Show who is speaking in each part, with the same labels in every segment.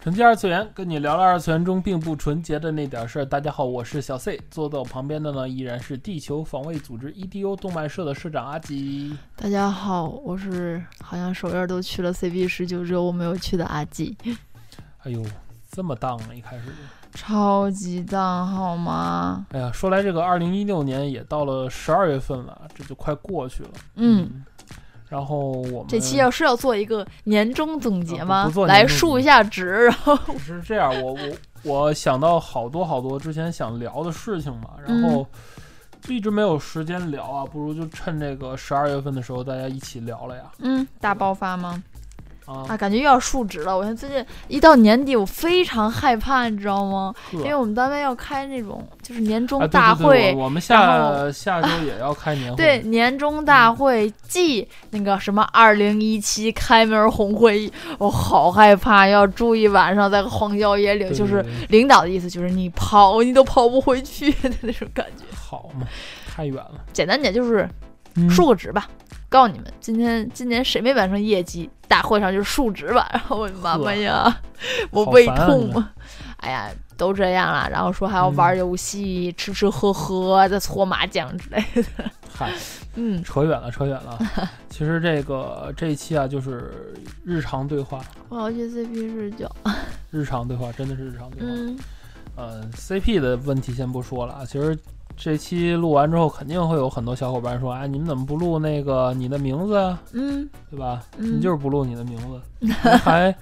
Speaker 1: 纯洁二次元，跟你聊聊二次元中并不纯洁的那点事儿。大家好，我是小 C，坐在我旁边的呢依然是地球防卫组织 EDO 动漫社的社长阿吉。
Speaker 2: 大家好，我是好像首页都去了 CB 十九，只有我没有去的阿纪，
Speaker 1: 哎呦，这么荡啊，一开始就。
Speaker 2: 超级赞好吗？
Speaker 1: 哎呀，说来这个二零一六年也到了十二月份了，这就快过去了。
Speaker 2: 嗯，，
Speaker 1: 然后我们
Speaker 2: 这期要是要做一个年终总结
Speaker 1: 啊
Speaker 2: 吗？
Speaker 1: 不不做年终
Speaker 2: 来述一下职， 然后
Speaker 1: 只是这样，我我我想到好多好多之前想聊的事情嘛，
Speaker 2: 嗯
Speaker 1: 然后就一直没有时间聊啊，不如就趁这个十二月份的时候大家一起聊了呀。
Speaker 2: 嗯，大爆发吗？啊，
Speaker 1: 啊，
Speaker 2: 感觉又要述职了。我现在最近一到年底，我非常害怕，你知道吗？
Speaker 1: 呵
Speaker 2: 因为我们单位要开那种就是年
Speaker 1: 啊
Speaker 2: 终
Speaker 1: 对
Speaker 2: 大
Speaker 1: 对对
Speaker 2: 会，
Speaker 1: 我我们
Speaker 2: 然
Speaker 1: 下下周也要开年会，
Speaker 2: 对，年终大会暨那个什么二零一七开门红会议，我好害怕，要住一晚上在荒郊野岭，
Speaker 1: 对
Speaker 2: 就
Speaker 1: 对
Speaker 2: 是
Speaker 1: 对
Speaker 2: 领导的意思就是你跑你都跑不回去 的那种感觉。
Speaker 1: 好嘛，太远了。
Speaker 2: 简单点就是
Speaker 1: 嗯
Speaker 2: 述个职吧，告诉你们今天今年谁没完成业绩，大会上就是述职吧。然后我妈妈呀，我
Speaker 1: 好
Speaker 2: 胃
Speaker 1: 烦啊
Speaker 2: 痛
Speaker 1: 你们嗯
Speaker 2: 啊， 哎呀。都这样了，然后说还要玩游戏、吃吃喝喝、再搓麻将之类的。
Speaker 1: 嗨，
Speaker 2: 嗯，
Speaker 1: 扯远了，扯远 了。其实这个这一期啊，就是日常对话，
Speaker 2: 我要去 CP 十九。
Speaker 1: 日常对话，真的是日常对话。
Speaker 2: 嗯，
Speaker 1: 呃，CP 的问题先不说了啊，其实这期录完之后，肯定会有很多小伙伴说，哎，你们怎么不录那个你的名字啊，
Speaker 2: 嗯
Speaker 1: 对吧？
Speaker 2: 嗯
Speaker 1: 你就是不录你的名字，因为还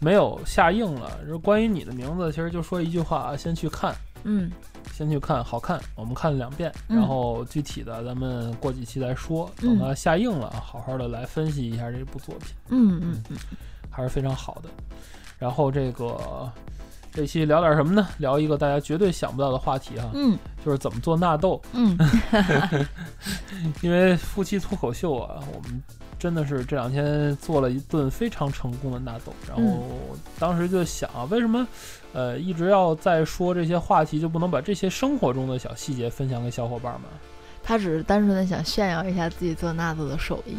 Speaker 1: 没有下映了。就是关于你的名字，其实就说一句话啊，先去看，
Speaker 2: 嗯
Speaker 1: 先去看，好看，我们看了两遍，
Speaker 2: 嗯
Speaker 1: 然后具体的咱们过几期再说。等
Speaker 2: 嗯
Speaker 1: 它下映了，好好的来分析一下这部作品。
Speaker 2: 嗯嗯
Speaker 1: 还是非常好的。然后这个这期聊点什么呢？聊一个大家绝对想不到的话题啊，
Speaker 2: 嗯
Speaker 1: 就是怎么做纳豆。
Speaker 2: 嗯
Speaker 1: 因为夫妻脱口秀啊，我们真的是这两天做了一顿非常成功的纳豆。然后
Speaker 2: 嗯
Speaker 1: 当时就想啊，为什么呃一直要在说这些话题，就不能把这些生活中的小细节分享给小伙伴们？
Speaker 2: 他只是单纯的想炫耀一下自己做纳豆的手艺，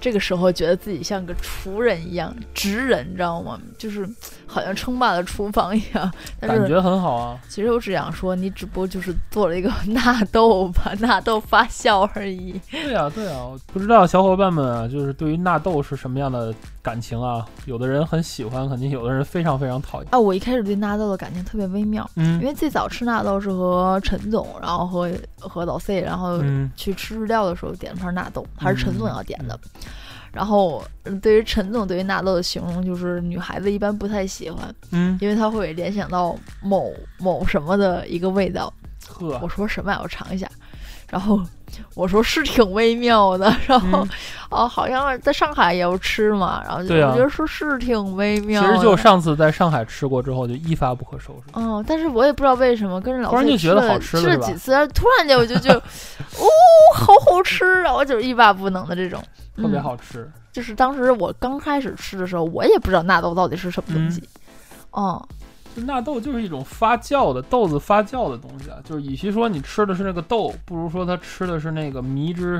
Speaker 2: 这个时候觉得自己像个厨人一样，职人，你知道吗？就是好像称霸了厨房一样。但
Speaker 1: 感
Speaker 2: 是
Speaker 1: 觉很好 啊。
Speaker 2: 其实我只想说，你只不过就是做了一个纳豆，把纳豆发酵而已。
Speaker 1: 对呀、对呀、啊我不知道小伙伴们啊，就是对于纳豆是什么样的感情啊？有的人很喜欢，肯定有的人非常非常讨厌。
Speaker 2: 啊，我一开始对纳豆的感情特别微妙，
Speaker 1: 嗯
Speaker 2: 因，为最早吃纳豆是和陈总，然后和和老 C，然后
Speaker 1: 嗯，
Speaker 2: 去吃日料的时候点了盘纳豆，还是陈总要点的。
Speaker 1: 嗯
Speaker 2: 然后，嗯对于陈总对于纳豆的形容就是，女孩子一般不太喜欢，
Speaker 1: 嗯，
Speaker 2: 因为她会联想到某某什么的一个味道。我
Speaker 1: 呵，
Speaker 2: 说什么呀？我尝一下。然后我说是挺微妙的。然后、
Speaker 1: 嗯
Speaker 2: 哦，好像在上海也有吃嘛。然后就
Speaker 1: 对啊
Speaker 2: 我觉得说是挺微
Speaker 1: 其
Speaker 2: 妙的。
Speaker 1: 实就上次在上海吃过之后，就一发不可收拾。
Speaker 2: 嗯，但是我也不知道为什么跟着老
Speaker 1: 突然
Speaker 2: 费
Speaker 1: 就觉得好吃
Speaker 2: 吃
Speaker 1: 了
Speaker 2: 了
Speaker 1: 是吧
Speaker 2: 几次，突然间我就 就，哦，好好吃啊！我就是欲罢不能的这种，
Speaker 1: 特别
Speaker 2: 嗯
Speaker 1: 好吃，
Speaker 2: 就是当时我刚开始吃的时候，我也不知道纳豆到底是什么
Speaker 1: 嗯
Speaker 2: 东西。哦，
Speaker 1: 就纳豆就是一种发酵的豆子发酵的东西啊，就是与其说你吃的是那个豆，不如说它吃的是那个迷之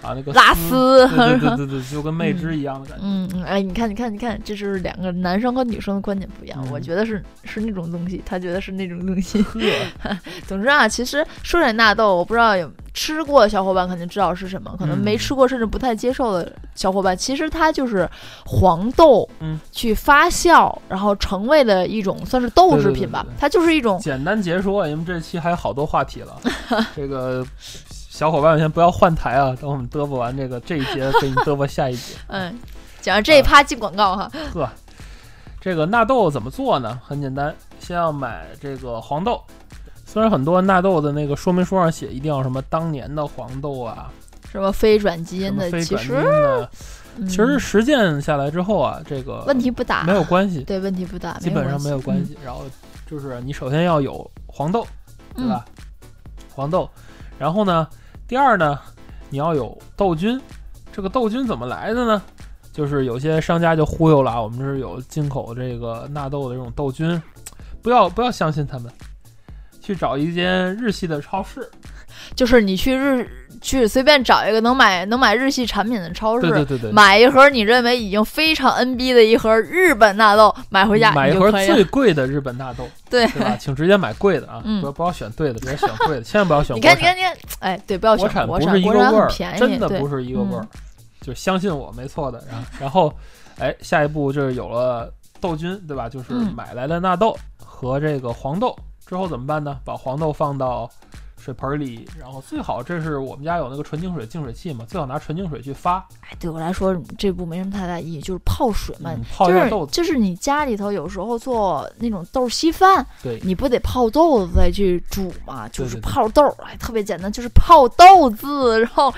Speaker 1: 啊那个
Speaker 2: 拉
Speaker 1: 丝，
Speaker 2: 丝，
Speaker 1: 对对对对对，就跟妹汁一样的感觉。
Speaker 2: 嗯，嗯哎，你看，你看，你看，这就是两个男生和女生的观点不一样。
Speaker 1: 嗯
Speaker 2: 我觉得是是那种东西，他觉得是那种东西。
Speaker 1: 呵，
Speaker 2: 总之啊，其实说起来纳豆，我不知道有吃过的小伙伴肯定知道是什么，可能
Speaker 1: 嗯
Speaker 2: 没吃过甚至不太接受的小伙伴，其实它就是黄豆，
Speaker 1: 嗯，
Speaker 2: 去发酵，然后成为了一种算是豆制品吧，
Speaker 1: 对对对对对
Speaker 2: 它就是一种
Speaker 1: 简单截说，因为这期还有好多话题 了，这个小伙伴们先不要换台啊，等我们嘚啵完这个这一节，给你嘚啵下一节。
Speaker 2: 嗯，讲完这
Speaker 1: 啊
Speaker 2: 一趴进广告哈，
Speaker 1: 呵，这个纳豆怎么做呢？很简单，先要买这个黄豆。虽然很多纳豆的那个说明书上写一定要什么当年的黄豆啊，
Speaker 2: 什么非转基
Speaker 1: 什
Speaker 2: 因
Speaker 1: 么
Speaker 2: 的，
Speaker 1: 非
Speaker 2: 其
Speaker 1: 转基因
Speaker 2: 实
Speaker 1: 的，
Speaker 2: 嗯
Speaker 1: 其实实践下来之后啊，这个
Speaker 2: 问题不大，
Speaker 1: 没有关系，
Speaker 2: 对啊问题不大，
Speaker 1: 基本上没有关
Speaker 2: 系，
Speaker 1: 系。然后就是你首先要有黄豆，对
Speaker 2: 嗯
Speaker 1: 吧？黄豆，然后呢，第二呢，你要有豆菌。这个豆菌怎么来的呢？就是有些商家就忽悠了啊，我们这儿有进口这个纳豆的这种豆菌，不要不要相信他们，去找一间日系的超市，
Speaker 2: 就是你去日去随便找一个能买能买日系产品的超市，
Speaker 1: 对对对对，
Speaker 2: 买一盒你认为已经非常 NB 的一盒日本纳豆，买回家
Speaker 1: 买
Speaker 2: 你
Speaker 1: 一
Speaker 2: 就
Speaker 1: 盒
Speaker 2: 可以
Speaker 1: 最
Speaker 2: 了。
Speaker 1: 贵的日本纳豆，
Speaker 2: 对，
Speaker 1: 对吧？请直接买贵的啊，
Speaker 2: 嗯
Speaker 1: 不要不要选对的，别选贵的，千万不要选
Speaker 2: 你
Speaker 1: 国
Speaker 2: 看你
Speaker 1: 产。
Speaker 2: 看你看，哎，对，不要
Speaker 1: 国
Speaker 2: 选
Speaker 1: 产
Speaker 2: 国
Speaker 1: 不是
Speaker 2: 产，
Speaker 1: 一个
Speaker 2: 国
Speaker 1: 味
Speaker 2: 产很
Speaker 1: 儿，
Speaker 2: 便宜，
Speaker 1: 真的
Speaker 2: 对嗯
Speaker 1: 不是一个味儿，就相信我，没错的。然后，然后，哎，下一步就是有了豆菌，对吧？就是
Speaker 2: 嗯
Speaker 1: 买来的纳豆和这个黄豆之后怎么办呢？把黄豆放到水盆里，然后最好这是我们家有那个纯净水净水器嘛，最好拿纯净水去发，
Speaker 2: 哎，对我来说这步没什么太大意义，就是泡水嘛。
Speaker 1: 嗯，泡一下豆子。
Speaker 2: 就是就是你家里头有时候做那种豆稀饭，
Speaker 1: 对，
Speaker 2: 你不得泡豆子再去煮吗？
Speaker 1: 对
Speaker 2: 就是
Speaker 1: 对对
Speaker 2: 泡豆儿，哎，特别简单，就是泡豆子，然后，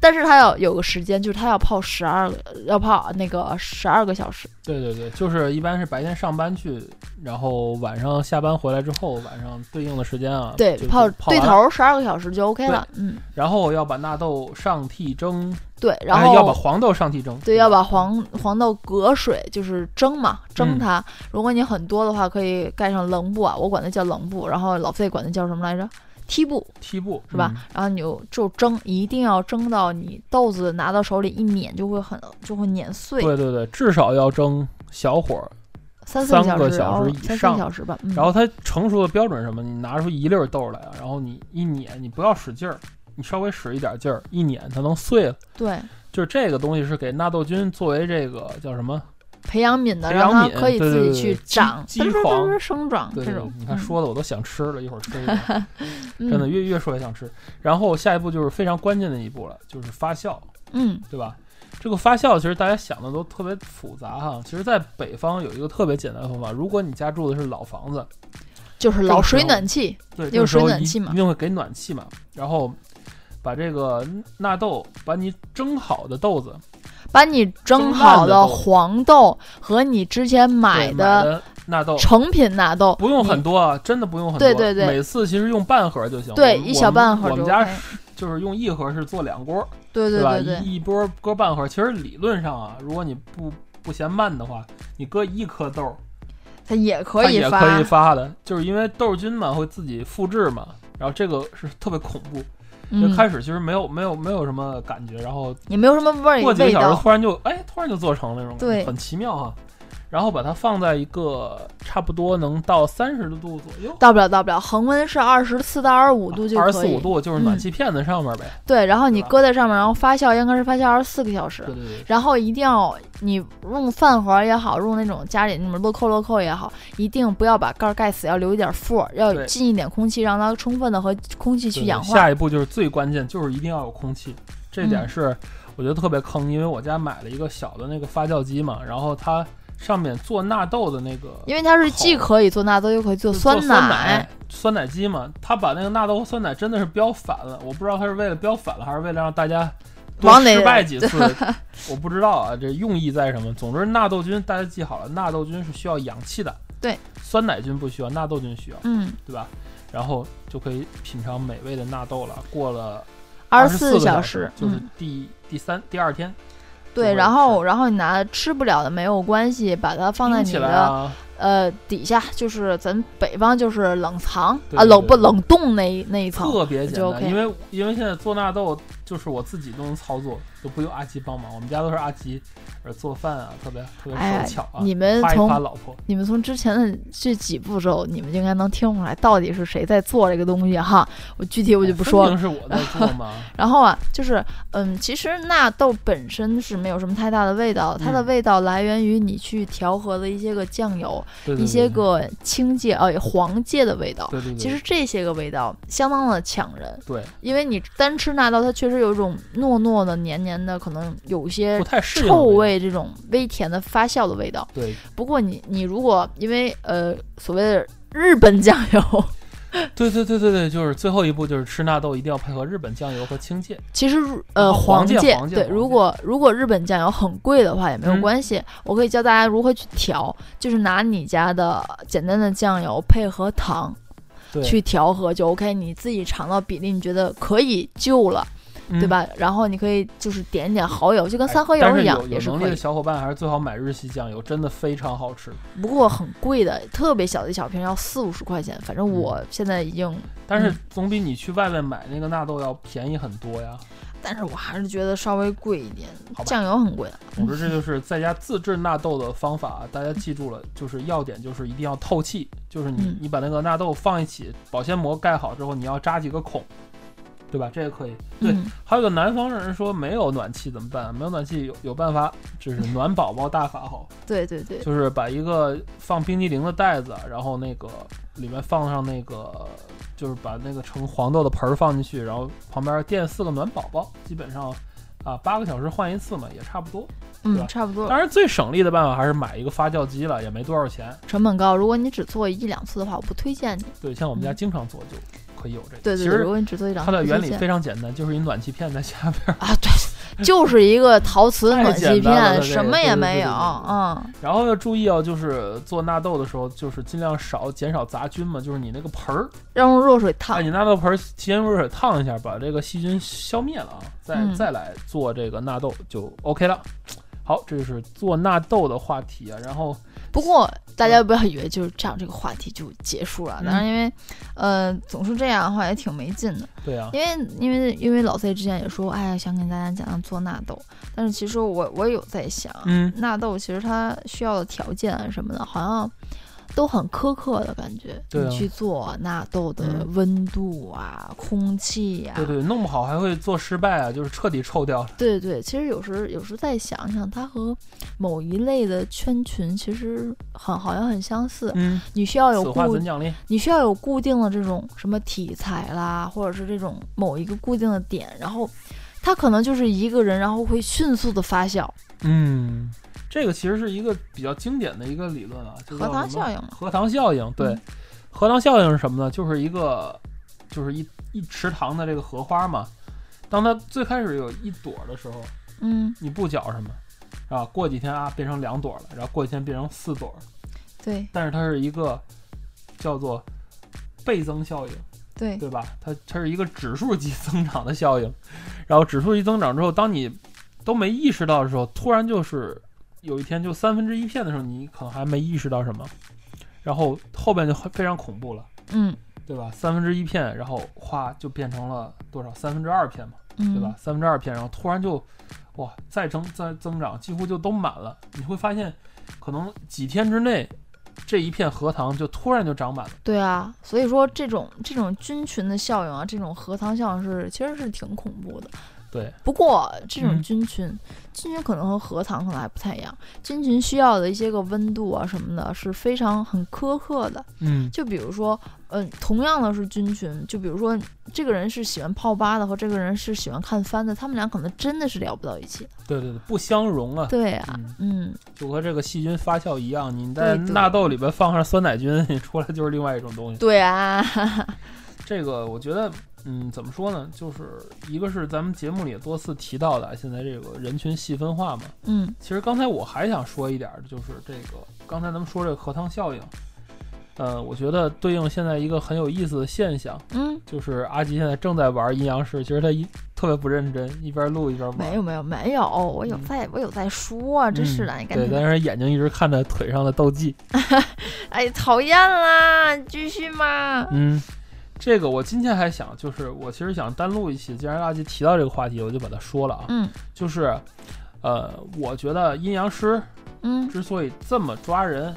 Speaker 2: 但是它要有个时间，就是它要泡十二个，要泡那个十二个小时。
Speaker 1: 对对对，就是一般是白天上班去，然后晚上下班回来之后，晚上对应的时间啊，
Speaker 2: 对
Speaker 1: 就，就
Speaker 2: 泡
Speaker 1: 泡
Speaker 2: 对
Speaker 1: 完了，
Speaker 2: 头十二个小时就 OK 了。嗯，
Speaker 1: 然后要把纳豆上屉蒸，
Speaker 2: 对，然
Speaker 1: 哎
Speaker 2: 后、
Speaker 1: 要把黄豆上屉蒸，
Speaker 2: 对要
Speaker 1: 吧
Speaker 2: 把黄黄豆隔水，就是蒸嘛，蒸
Speaker 1: 嗯
Speaker 2: 它。如果你很多的话，可以盖上冷布啊，我管它叫冷布，然后老费管它叫什么来着？屉布
Speaker 1: 屉布嗯
Speaker 2: 是吧？？然后你就就蒸，一定要蒸到你豆子拿到手里一碾就会很就会碾碎，
Speaker 1: 对对对，至少要蒸小火儿，
Speaker 2: 三四
Speaker 1: 三
Speaker 2: 小
Speaker 1: 个
Speaker 2: 时，
Speaker 1: 小
Speaker 2: 然后
Speaker 1: 时以
Speaker 2: 三四
Speaker 1: 上
Speaker 2: 个小时吧。嗯
Speaker 1: 然后它成熟的标准是什么？你拿出一粒儿豆儿来啊，然后你一碾，你不要使劲儿，你稍微使一点劲儿，一碾它能碎了。
Speaker 2: 对
Speaker 1: 就是这个东西是给纳豆菌作为这个叫什么？
Speaker 2: 培养皿的，
Speaker 1: 培
Speaker 2: 让
Speaker 1: 养
Speaker 2: 它
Speaker 1: 皿
Speaker 2: 可以
Speaker 1: 对
Speaker 2: 自
Speaker 1: 对对
Speaker 2: 己去
Speaker 1: 对
Speaker 2: 长，
Speaker 1: 饥饥
Speaker 2: 噔噔噔
Speaker 1: 黄
Speaker 2: 噔生长
Speaker 1: 对
Speaker 2: 这
Speaker 1: 对对
Speaker 2: 种，。
Speaker 1: 你看
Speaker 2: 嗯
Speaker 1: 说的我都想吃了，一会儿吃一个。
Speaker 2: 嗯
Speaker 1: 真的越越说越想吃。然后下一步就是非常关键的一步了，就是发酵，
Speaker 2: 嗯
Speaker 1: 对吧？这个发酵其实大家想的都特别复杂哈。其实，在北方有一个特别简单的方法，如果你家住的是老房子，
Speaker 2: 就是
Speaker 1: 这
Speaker 2: 老
Speaker 1: 个时
Speaker 2: 水
Speaker 1: 候
Speaker 2: 暖气，
Speaker 1: 对，
Speaker 2: 有
Speaker 1: 这个时候
Speaker 2: 水暖
Speaker 1: 一
Speaker 2: 气嘛
Speaker 1: 一定会给暖气嘛。然后把这个纳豆，把你蒸好的豆子，
Speaker 2: 把你蒸好的黄豆和你之前
Speaker 1: 对
Speaker 2: 买
Speaker 1: 买
Speaker 2: 的
Speaker 1: 的纳豆，
Speaker 2: 成品纳豆，
Speaker 1: 不用很多啊，真的不用很多。
Speaker 2: 对对对
Speaker 1: 每次其实用半盒就行。
Speaker 2: 对
Speaker 1: 我们
Speaker 2: 一小半盒
Speaker 1: 我们
Speaker 2: 就
Speaker 1: 我们
Speaker 2: OK
Speaker 1: 家是就是用一盒是做两锅，
Speaker 2: 对对
Speaker 1: 吧？
Speaker 2: 对对，
Speaker 1: 一一波搁半盒，其实理论上啊，如果你不不嫌慢的话，你搁一颗豆儿，
Speaker 2: 它也可
Speaker 1: 它
Speaker 2: 以
Speaker 1: 也
Speaker 2: 发，
Speaker 1: 可以发的，就是因为豆菌嘛会自己复制嘛。然后这个是特别恐怖，就
Speaker 2: 嗯，
Speaker 1: 开始其实没有没有没有什么感觉，然后
Speaker 2: 也没有什么味
Speaker 1: 过
Speaker 2: 儿
Speaker 1: 几个
Speaker 2: 味
Speaker 1: 小时
Speaker 2: 道，
Speaker 1: 突然就哎突然就做成了那种感觉，
Speaker 2: 对
Speaker 1: 很奇妙哈。然后把它放在一个差不多能到三十度左右，
Speaker 2: 到不了到不了，恒温是二十四到二十五度就
Speaker 1: 二十
Speaker 2: 可
Speaker 1: 四五
Speaker 2: 以，嗯
Speaker 1: 度就是暖气片子上面呗。
Speaker 2: 对，然后你
Speaker 1: 对吧
Speaker 2: 搁在上面，然后发酵应该是发酵二十四个小时
Speaker 1: 对。对对，
Speaker 2: 然后一定要你用饭盒也好，用那种家里那种镂扣镂扣也好，一定不要把盖儿盖死，要留一点缝儿，要
Speaker 1: 对
Speaker 2: 进一点空气，让它充分的和空气去
Speaker 1: 对
Speaker 2: 氧化。嗯
Speaker 1: 下一步就是最关键，就是一定要有空气，这点是我觉得特别坑，因为我家买了一个小的那个发酵机嘛，然后它上面做纳豆的那个
Speaker 2: 因为它是既
Speaker 1: 口
Speaker 2: 可以做纳豆，又可以做
Speaker 1: 就是做
Speaker 2: 酸
Speaker 1: 酸
Speaker 2: 奶。
Speaker 1: 酸奶机嘛，它把那个纳豆和酸奶真的是标反了，我不知道它是为了标反了，还是为了让大家。多
Speaker 2: 往哪
Speaker 1: 失败几次， 我不知道啊，这用意在什么？总之，纳豆菌大家记好了，纳豆菌是需要氧气的，
Speaker 2: 对，
Speaker 1: 酸奶菌不需要，纳豆菌需要，
Speaker 2: 嗯，
Speaker 1: 对吧？然后就可以品尝美味的纳豆了。过了
Speaker 2: 二
Speaker 1: 十
Speaker 2: 十四
Speaker 1: 个小
Speaker 2: 时，
Speaker 1: 就是
Speaker 2: 嗯，
Speaker 1: 第、第三第二天
Speaker 2: 对，
Speaker 1: 会
Speaker 2: 然后
Speaker 1: 吃
Speaker 2: 然后你拿吃不了的没有关系，把它放在
Speaker 1: 冰
Speaker 2: 你
Speaker 1: 起来
Speaker 2: 的
Speaker 1: 啊，
Speaker 2: 呃底下，就是咱北方就是冷藏
Speaker 1: 对
Speaker 2: 啊，
Speaker 1: 对
Speaker 2: 冷不
Speaker 1: 对
Speaker 2: 冷冻那一那一层，
Speaker 1: 特别简
Speaker 2: 就
Speaker 1: 单。
Speaker 2: OK
Speaker 1: 因为因为现在做纳豆就是我自己都能操作，都不用阿吉帮忙，我们家都是阿吉呃做饭啊，特别特别
Speaker 2: 哎
Speaker 1: 手巧啊。
Speaker 2: 你们
Speaker 1: 夸一夸
Speaker 2: 从
Speaker 1: 老婆，
Speaker 2: 你们从之前的这几步骤，你们就应该能听出来到底是谁在做这个东西哈。我具体我就不说了
Speaker 1: 哎分。明是我在做 嘛。
Speaker 2: 然后啊，就是嗯，其实纳豆本身是没有什么太大的味道，它的
Speaker 1: 嗯
Speaker 2: 味道来源于你去调和的一些个酱油，
Speaker 1: 对对对
Speaker 2: 一些个青芥呃黄芥的味道。
Speaker 1: 对对对，
Speaker 2: 其实这些个味道相当的抢人，
Speaker 1: 对
Speaker 2: 因为你单吃纳豆，它确实有一种糯糯的、黏黏的，可能有一些
Speaker 1: 不太适应
Speaker 2: 臭
Speaker 1: 的
Speaker 2: 味，这种微甜的发酵的味道。
Speaker 1: 对
Speaker 2: 不过你你如果因为呃所谓的日本酱油，
Speaker 1: 对对对对对，就是最后一步就是吃纳豆一定要配合日本酱油和青芥。
Speaker 2: 其实如呃，
Speaker 1: 哦黄芥
Speaker 2: 芥
Speaker 1: 黄芥
Speaker 2: 对，
Speaker 1: 黄
Speaker 2: 如
Speaker 1: 芥
Speaker 2: 果如果日本酱油很贵的话也没有
Speaker 1: 嗯
Speaker 2: 关系，我可以教大家如何去调，就是拿你家的简单的酱油配合糖
Speaker 1: 对，
Speaker 2: 去调和就 OK，你自己尝到比例你觉得可以就了，
Speaker 1: 嗯哎
Speaker 2: 对？吧？然后你可以就是点一点蚝油，就跟三合
Speaker 1: 但
Speaker 2: 油
Speaker 1: 是
Speaker 2: 一样
Speaker 1: 有，
Speaker 2: 也
Speaker 1: 有
Speaker 2: 是
Speaker 1: 能
Speaker 2: 可
Speaker 1: 力
Speaker 2: 以
Speaker 1: 的。小伙伴还是最好买日系酱油，真的非常好吃。
Speaker 2: 不过很贵的，特别小的一小瓶要四五十块钱，
Speaker 1: 嗯
Speaker 2: 反正我现在已经，
Speaker 1: 但是
Speaker 2: 嗯
Speaker 1: 总比你去外面买那个纳豆要便宜很多呀。
Speaker 2: 但是我还是觉得稍微贵一点
Speaker 1: 好吧，
Speaker 2: 酱油很贵。啊
Speaker 1: 总之，这就是在家自制纳豆的方法，大家记住了，就是要点就是一定要透气，就是你
Speaker 2: 嗯
Speaker 1: 你把那个纳豆放一起，保鲜膜盖好之后，你要扎几个孔，对吧？这也可以。对，
Speaker 2: 嗯，
Speaker 1: 还有个南方人说没有暖气怎么办？没有暖气有有办法，就是暖宝宝大法好，
Speaker 2: 对对对，
Speaker 1: 就是把一个放冰激凌的袋子，然后那个里面放上那个，就是把那个盛黄豆的盆儿放进去，然后旁边垫四个暖宝宝，基本上啊八个小时换一次嘛，也差不多。对吧
Speaker 2: 嗯，差不多
Speaker 1: 当。然，最省力的办法还是买一个发酵机了，也没多少钱。
Speaker 2: 成本高，如果你只做一两次的话，我不推荐你。
Speaker 1: 对，像我们家经常做就可以有这个。
Speaker 2: 对对
Speaker 1: 其
Speaker 2: 对，如
Speaker 1: 实
Speaker 2: 果你只做一两
Speaker 1: 它
Speaker 2: 次，
Speaker 1: 的
Speaker 2: 不
Speaker 1: 原
Speaker 2: 推
Speaker 1: 理
Speaker 2: 荐
Speaker 1: 非常简单，就是一暖气片在下边儿，
Speaker 2: 啊，对，就是一个陶瓷
Speaker 1: 太
Speaker 2: 暖
Speaker 1: 简
Speaker 2: 气
Speaker 1: 单了
Speaker 2: 片，
Speaker 1: 这个
Speaker 2: 什么
Speaker 1: 对
Speaker 2: 也
Speaker 1: 对
Speaker 2: 没
Speaker 1: 对
Speaker 2: 有，
Speaker 1: 对对
Speaker 2: 嗯，
Speaker 1: 然后要注意哦，就是做纳豆的时候，就是尽量少减少杂菌嘛，就是你那个盆儿，
Speaker 2: 要用热水
Speaker 1: 哎，
Speaker 2: 烫，
Speaker 1: 你纳豆盆儿提前用热水烫一下，把这个细菌消灭了啊，再、
Speaker 2: 嗯
Speaker 1: 再来做这个纳豆就 OK 了。好，这就是做纳豆的话题啊。然后
Speaker 2: 不过大家不要以为就是这样，这个话题就结束了。
Speaker 1: 嗯
Speaker 2: 当然，因为，呃，总是这样的话也挺没劲的。
Speaker 1: 对啊，
Speaker 2: 因为，因为，因为老 C 之前也说，哎呀，想跟大家讲讲做纳豆，但是其实我我有在想，
Speaker 1: 嗯
Speaker 2: 纳豆其实它需要的条件啊什么的，好像都很苛刻的感觉。
Speaker 1: 对啊
Speaker 2: 你去做纳豆的
Speaker 1: 嗯
Speaker 2: 温度啊、空气呀、
Speaker 1: 对对，弄不好还会做失败啊，就是彻底臭掉了。
Speaker 2: 对对，其实有时有时再想想，它和某一类的圈群其实很好像很相似。
Speaker 1: 嗯，
Speaker 2: 你需要有
Speaker 1: 此话
Speaker 2: 固
Speaker 1: 怎讲理？
Speaker 2: 你需要有固定的这种什么题材啦，或者是这种某一个固定的点，然后它可能就是一个人，然后会迅速的发酵，
Speaker 1: 嗯，这个其实是一个比较经典的一个理论啊，就
Speaker 2: 荷
Speaker 1: 叫
Speaker 2: 塘
Speaker 1: 什么
Speaker 2: 效应嘛。
Speaker 1: 荷塘效应，对
Speaker 2: 嗯，
Speaker 1: 荷塘效应是什么呢？就是一个，就是一一池塘的这个荷花嘛。当它最开始有一朵的时候，
Speaker 2: 嗯，
Speaker 1: 你不搅什么，啊，过几天啊变成两朵了，然后过几天变成四朵了，
Speaker 2: 对
Speaker 1: 但是它是一个叫做倍增效应，
Speaker 2: 对，
Speaker 1: 对吧？它它是一个指数级增长的效应，然后指数级增长之后，当你都没意识到的时候，突然就是有一天就三分之一片的时候，你可能还没意识到什么，然后后边就很非常恐怖了，
Speaker 2: 嗯
Speaker 1: 对吧？三分之一片，然后哗就变成了多少？三分之二片嘛，
Speaker 2: 嗯，
Speaker 1: 对吧？？三分之二片，然后突然就哇再增再增长，几乎就都满了。你会发现，可能几天之内。这一片荷塘就突然就长满了，
Speaker 2: 对啊，所以说这种这种菌群的效应啊，这种荷塘效应是其实是挺恐怖的。
Speaker 1: 对，
Speaker 2: 不过这种
Speaker 1: 嗯
Speaker 2: 菌群，菌群可能和荷塘可能还不太一样，菌群需要的一些个温度啊什么的是非常很苛刻的。
Speaker 1: 嗯，
Speaker 2: 就比如说，嗯、同样的是菌群，就比如说这个人是喜欢泡吧的和这个人是喜欢看番的，他们俩可能真的是聊不到一起的。
Speaker 1: 对对对，不相容啊，
Speaker 2: 对啊，
Speaker 1: 嗯
Speaker 2: 嗯，
Speaker 1: 就和这个细菌发酵一样，你在
Speaker 2: 对对
Speaker 1: 纳豆里边放上酸奶菌，你出来就是另外一种东西。
Speaker 2: 对啊，
Speaker 1: 这个我觉得，嗯，怎么说呢？就是一个是咱们节目里也多次提到的，啊现在这个人群细分化嘛。
Speaker 2: 嗯
Speaker 1: 其实刚才我还想说一点儿，就是这个刚才咱们说这个荷塘效应，呃，我觉得对应现在一个很有意思的现象，
Speaker 2: 嗯，
Speaker 1: 就是阿吉现在正在玩阴阳师，其实他一特别不认真，一边录一边玩。
Speaker 2: 没有没有没有，我有
Speaker 1: 嗯
Speaker 2: 在、我有在说、啊，真是的，
Speaker 1: 嗯
Speaker 2: 你赶
Speaker 1: 对，
Speaker 2: 紧，
Speaker 1: 但是眼睛一直看着腿上的斗技。
Speaker 2: 哎，讨厌啦，继续嘛，
Speaker 1: 嗯，这个我今天还想，就是我其实想单录一期，既然垃圾提到这个话题，我就把它说了啊。
Speaker 2: 嗯
Speaker 1: 就是，呃，我觉得阴阳师
Speaker 2: 嗯
Speaker 1: 之所以这么抓人，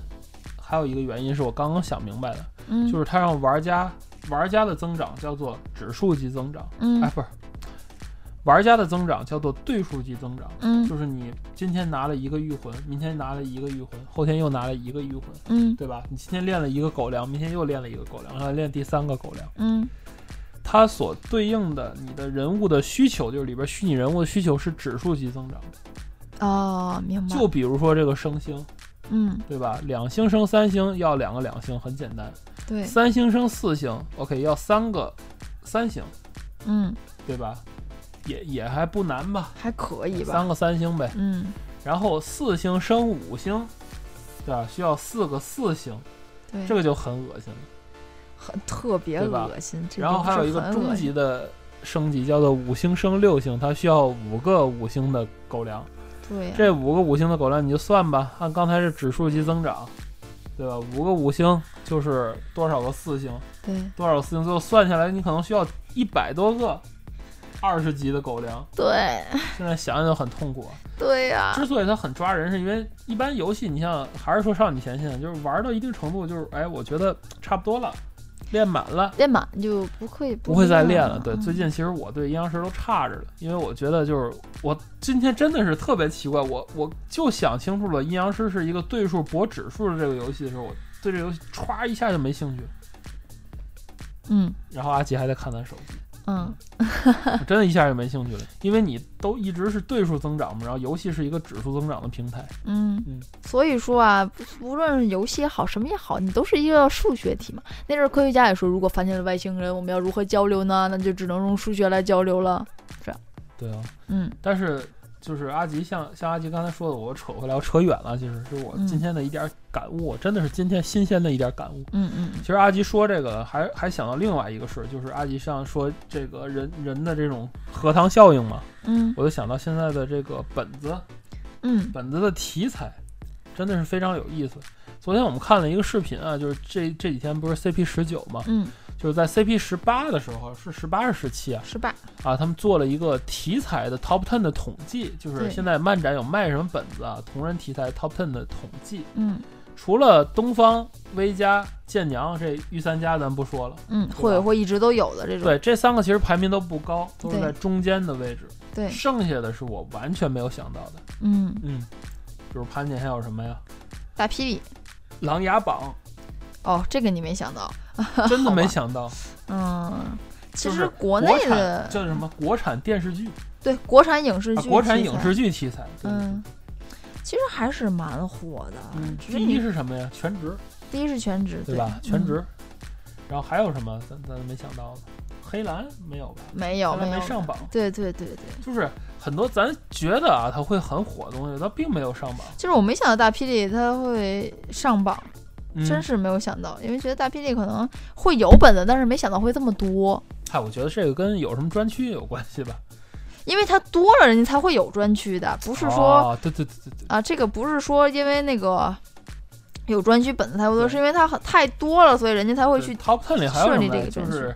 Speaker 1: 还有一个原因是我刚刚想明白的，
Speaker 2: 嗯，
Speaker 1: 就是它让玩家玩家的增长叫做指数级增长，
Speaker 2: 嗯
Speaker 1: 哎，不是，玩家的增长叫做对数级增长。
Speaker 2: 嗯
Speaker 1: 就是你今天拿了一个御魂，明天拿了一个御魂，后天又拿了一个御魂，
Speaker 2: 嗯
Speaker 1: 对吧？你今天练了一个狗粮，明天又练了一个狗粮，然后练第三个狗粮。
Speaker 2: 嗯
Speaker 1: 它所对应的你的人物的需求，就是里边虚拟人物的需求是指数级增长的。
Speaker 2: 哦，明白，
Speaker 1: 就比如说这个生星，
Speaker 2: 嗯，
Speaker 1: 对吧？两星升三星要两个两星，很简单。
Speaker 2: 对，
Speaker 1: 三星升四星，OK，要三个三星，
Speaker 2: 嗯，
Speaker 1: 对吧？也也还不难吧，
Speaker 2: 还可以吧
Speaker 1: 三，个三星呗。
Speaker 2: 嗯，
Speaker 1: 然后四星升五星，对吧？需要四个四星，
Speaker 2: 对，
Speaker 1: 这个就很恶心了。
Speaker 2: 很特别
Speaker 1: 对吧
Speaker 2: 恶心。这
Speaker 1: 然后
Speaker 2: 都
Speaker 1: 还有
Speaker 2: 是
Speaker 1: 一个
Speaker 2: 很
Speaker 1: 中
Speaker 2: 恶
Speaker 1: 级
Speaker 2: 心，
Speaker 1: 的升级，叫做五星升六星，它需要五个五星的狗粮。
Speaker 2: 对啊呀，
Speaker 1: 这五个五星的狗粮你就算吧，按刚才是指数级增长，对吧？五个五星就是多少个四星，
Speaker 2: 对
Speaker 1: 多少个四星，最后算下来你可能需要一百多个二十级的狗粮。
Speaker 2: 对
Speaker 1: 现在想想就很痛苦。啊
Speaker 2: 对呀，
Speaker 1: 之所以它很抓人，是因为一般游戏，你像还是说少女前线，就是玩到一定程度，就是哎，我觉得差不多了，练满了。
Speaker 2: 练满就不会
Speaker 1: 不会再
Speaker 2: 一样
Speaker 1: 练了。对，
Speaker 2: 嗯
Speaker 1: 最近其实我对阴阳师都差着了，因为我觉得就是我今天真的是特别奇怪，我我就想清楚了，阴阳师是一个对数博指数的这个游戏的时候，我对这游戏歘一下就没兴趣。
Speaker 2: 嗯
Speaker 1: 然后阿杰还在看他手机，
Speaker 2: 嗯
Speaker 1: 我真的一下就没兴趣了，因为你都一直是对数增长嘛，然后游戏是一个指数增长的平台，嗯
Speaker 2: 嗯，所以说啊，不无论是游戏也好，什么也好，你都是一个数学题嘛。那阵儿科学家也说，如果发现了外星人，我们要如何交流呢？那就只能用数学来交流了。
Speaker 1: 对啊。
Speaker 2: 嗯
Speaker 1: 但是就是阿吉像像阿吉刚才说的，我扯回来，我扯远了，其实是我今天的一点感悟，我真的是今天新鲜的一点感悟。
Speaker 2: 嗯嗯
Speaker 1: 其实阿吉说这个，还还想到另外一个事儿，就是阿吉上说这个人人的这种荷塘效应嘛，
Speaker 2: 嗯
Speaker 1: 我就想到现在的这个本子，
Speaker 2: 嗯
Speaker 1: 本子的题材真的是非常有意思。昨天我们看了一个视频啊，就是这这几天不是 CP 十九嘛，
Speaker 2: 嗯，
Speaker 1: 就是在 CP 十八的时候，是十八是十七啊
Speaker 2: 失败。
Speaker 1: 啊，他们做了一个题材的 Top Ten 的统计，就是
Speaker 2: 对
Speaker 1: 现在漫展有卖什么本子啊，同人题材 Top Ten 的统计，
Speaker 2: 嗯
Speaker 1: 除了东方、微家、剑娘这御三家咱不说了。
Speaker 2: 嗯，
Speaker 1: 吧
Speaker 2: 会会一直都有的这种。
Speaker 1: 对，这三个其实排名都不高，都是
Speaker 2: 对
Speaker 1: 在中间的位置。
Speaker 2: 对，
Speaker 1: 剩下的是我完全没有想到的。
Speaker 2: 嗯，
Speaker 1: 嗯，比如盘锦还有什么呀？
Speaker 2: 大霹雳。
Speaker 1: 《琅琊榜
Speaker 2: 哦，这个你没想到。》
Speaker 1: 真的
Speaker 2: 好吧
Speaker 1: 没想到，
Speaker 2: 嗯，其
Speaker 1: 就
Speaker 2: 实
Speaker 1: 是国
Speaker 2: 国内
Speaker 1: 产
Speaker 2: 的
Speaker 1: 叫什么国产电视剧
Speaker 2: 对国产影视
Speaker 1: 啊？
Speaker 2: 剧、
Speaker 1: 国产影，视剧题材。对
Speaker 2: 嗯，其实还是蛮火的。
Speaker 1: 嗯，
Speaker 2: 只
Speaker 1: 第
Speaker 2: 是
Speaker 1: 一
Speaker 2: 你
Speaker 1: 是什么呀？全职，
Speaker 2: 第一是全职，
Speaker 1: 对
Speaker 2: 对
Speaker 1: 吧？全。
Speaker 2: 嗯
Speaker 1: 职。然后还有什么？咱咱没想到的，黑蓝没有吧？
Speaker 2: 嗯没有
Speaker 1: 黑蓝
Speaker 2: 有
Speaker 1: 没上榜，
Speaker 2: 对对对对，
Speaker 1: 就是很多咱觉得啊，它会很火的东西，它并没有上榜。
Speaker 2: 就是我没想到大霹雳它会上榜，
Speaker 1: 嗯
Speaker 2: 真是没有想到，因为觉得大霹雳可能会有本子，但是没想到会这么多，
Speaker 1: 嗨，我觉得这个跟有什么专区有关系吧？
Speaker 2: 因为它多了，人家才会有专区的，不
Speaker 1: 不
Speaker 2: 是说、
Speaker 1: 对对对对对，
Speaker 2: 啊，这个不是说因为那个有专区本子才会多，
Speaker 1: 对
Speaker 2: 是因为它很太多了，所以人家才会
Speaker 1: 对
Speaker 2: 去
Speaker 1: Top Ten 里还有
Speaker 2: 设
Speaker 1: 什
Speaker 2: 计
Speaker 1: 么
Speaker 2: 这
Speaker 1: 呀？
Speaker 2: 个
Speaker 1: 就
Speaker 2: 专
Speaker 1: 是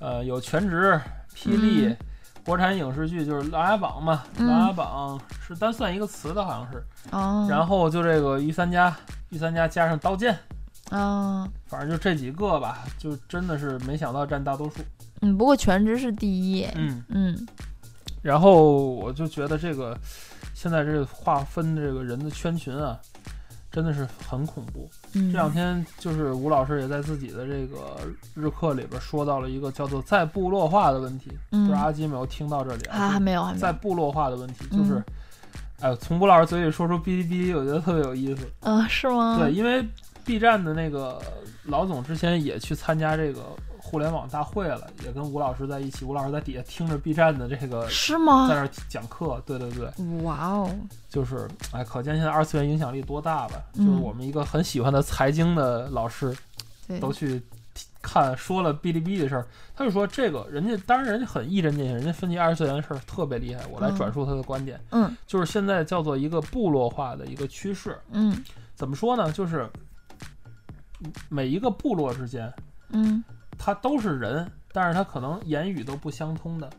Speaker 1: 呃，有全职、霹雳、
Speaker 2: 嗯
Speaker 1: 国产影视剧，就是《琅琊榜》嘛，
Speaker 2: 嗯
Speaker 1: 琅琊榜》是单算一个词的，好像是。
Speaker 2: 啊，
Speaker 1: 然后就这个御三家，御三家加上刀剑，
Speaker 2: 啊，
Speaker 1: 反正就这几个吧，就真的是没想到占大多数。
Speaker 2: 嗯，不过全职是第一，
Speaker 1: 嗯，
Speaker 2: 嗯
Speaker 1: 然后我就觉得这个现在这个划分这个人的圈群啊，真的是很恐怖。
Speaker 2: 嗯，
Speaker 1: 这两天就是吴老师也在自己的这个日课里边说到了一个叫做在部落化的问题，不
Speaker 2: 嗯
Speaker 1: 知道阿基没有听到这里
Speaker 2: 啊还
Speaker 1: 就
Speaker 2: 没有还
Speaker 1: 是
Speaker 2: 没
Speaker 1: 在
Speaker 2: 有，
Speaker 1: 部落化的问题
Speaker 2: 嗯
Speaker 1: 就是，哎呦，从吴老师嘴里说出哔哩哔哩，我觉得特别有意思。
Speaker 2: 嗯、是吗？
Speaker 1: 对，，因为 B 站的那个老总之前也去参加这个互联网大会了，也跟吴老师在一起，吴老师在底下听着 B 站的这个
Speaker 2: 是
Speaker 1: 在那
Speaker 2: 吗？
Speaker 1: 儿讲课，对对对，
Speaker 2: 哇哦，
Speaker 1: 就是哎，可见现在二次元影响力多大吧？就
Speaker 2: 嗯
Speaker 1: 是我们一个很喜欢的财经的老师。
Speaker 2: 对，
Speaker 1: 都去看说了哔哩哔哩的事儿，他就说这个人家当然人家很义正见严，人家分析二十四元的事儿特别厉害。我来
Speaker 2: 嗯
Speaker 1: 转述他的观点，
Speaker 2: 嗯
Speaker 1: 就是现在叫做一个部落化的一个趋势。
Speaker 2: 嗯
Speaker 1: 怎么说呢？就是每一个部落之间，
Speaker 2: 嗯
Speaker 1: 它都是人，但是它可能言语都不相通的，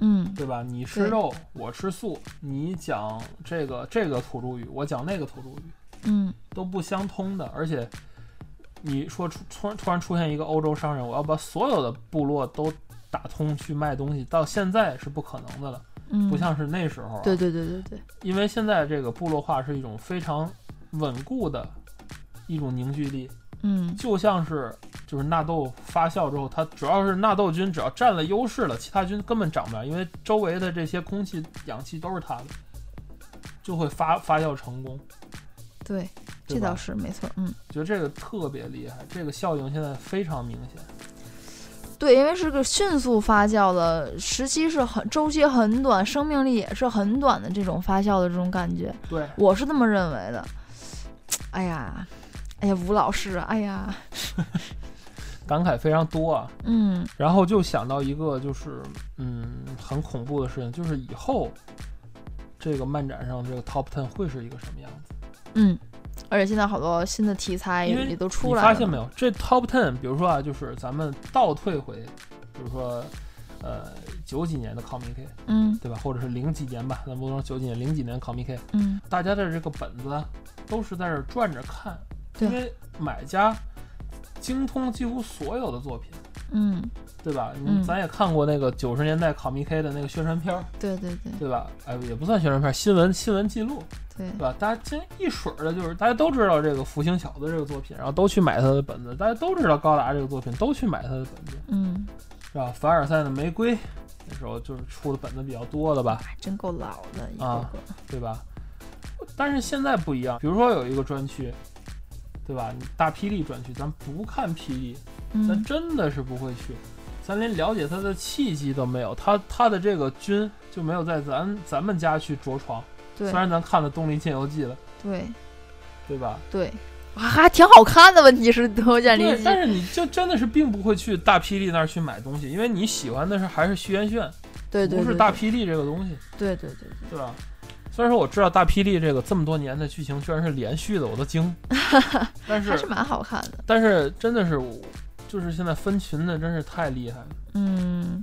Speaker 2: 嗯，
Speaker 1: 对吧？你吃
Speaker 2: 对
Speaker 1: 肉，我吃素，你讲这个这个土著语，我讲那个土著语，
Speaker 2: 嗯
Speaker 1: 都不相通的，而且你说出突然突然出现一个欧洲商人，我要把所有的部落都打通去卖东西，到现在是不可能的了，
Speaker 2: 嗯，
Speaker 1: 不像是那时候、啊。
Speaker 2: 对，对对对对，
Speaker 1: 因为现在这个部落化是一种非常稳固的一种凝聚力，
Speaker 2: 嗯
Speaker 1: 就像是就是纳豆发酵之后，它主要是纳豆菌只要占了优势了，其他菌根本长不了，因为周围的这些空气、氧气都是它的，就会发发酵成功。
Speaker 2: 对，
Speaker 1: 对
Speaker 2: 这
Speaker 1: 吧
Speaker 2: 倒是没错，嗯，
Speaker 1: 觉得这个特别厉害，这个效应现在非常明显。
Speaker 2: 对，因为是个迅速发酵的时期，是很周期很短，生命力也是很短的这种发酵的这种感觉，
Speaker 1: 对，
Speaker 2: 我是这么认为的。哎呀，哎呀，吴老师啊，哎呀，
Speaker 1: 感慨非常多啊。
Speaker 2: 嗯
Speaker 1: 然后就想到一个就是嗯很恐怖的事情，就是以后这个漫展上这个 Top Ten 会是一个什么样子？
Speaker 2: 嗯，而且现在好多新的题材
Speaker 1: 因为
Speaker 2: 也都
Speaker 1: 你
Speaker 2: 出来了，
Speaker 1: 发现没有？这 Top Ten，比如说啊，就是咱们倒退回，比如说呃九几年的 Comic K，
Speaker 2: 嗯
Speaker 1: 对吧？或者是零几年吧，咱不能说九几年，零几年 Comic K，
Speaker 2: 嗯，
Speaker 1: 大家的这个本子啊都是在这儿转着看，
Speaker 2: 对
Speaker 1: 因为买家精通几乎所有的作品。
Speaker 2: 嗯，
Speaker 1: 对吧？你
Speaker 2: 嗯
Speaker 1: 咱也看过那个九十年代 Comic K 的那个宣传片儿，
Speaker 2: 对对对
Speaker 1: 对吧？哎，也不算宣传片，新闻新闻记录，
Speaker 2: 对
Speaker 1: 对，吧？大家今一水儿的就是大家都知道这个福星小子这个作品，然后都去买他的本子，大家都知道高达这个作品，都去买他的本子，
Speaker 2: 嗯，
Speaker 1: 是吧？凡尔赛的玫瑰那时候就是出的本子比较多的吧，
Speaker 2: 还真够老的，一个
Speaker 1: 啊
Speaker 2: 个，
Speaker 1: 对吧？但是现在不一样，比如说有一个专区，对吧？你大霹雳专区，咱不看霹雳，咱
Speaker 2: 嗯
Speaker 1: 真的是不会去，咱连了解它的契机都没有，它它的这个菌就没有在咱咱们家去着床。
Speaker 2: 对
Speaker 1: 虽然咱看了《东林剑游记》了，
Speaker 2: 对
Speaker 1: 对吧？
Speaker 2: 对，哇还挺好看的。问题是《头剑离
Speaker 1: 对，
Speaker 2: 击
Speaker 1: 但》，是你就真的是并不会去大霹雳那儿去买东西，因为你喜欢的是还是徐元炫，
Speaker 2: 对对
Speaker 1: 不是
Speaker 2: 对
Speaker 1: 大霹雳这个东西，
Speaker 2: 对对对
Speaker 1: 对吧？虽然说我知道大霹雳这个这么多年的剧情居然是连续的，我都 惊。但
Speaker 2: 对，还
Speaker 1: 是
Speaker 2: 是蛮好看的。
Speaker 1: 但是真的是我，就是现在分群的真是太厉害了。
Speaker 2: 嗯，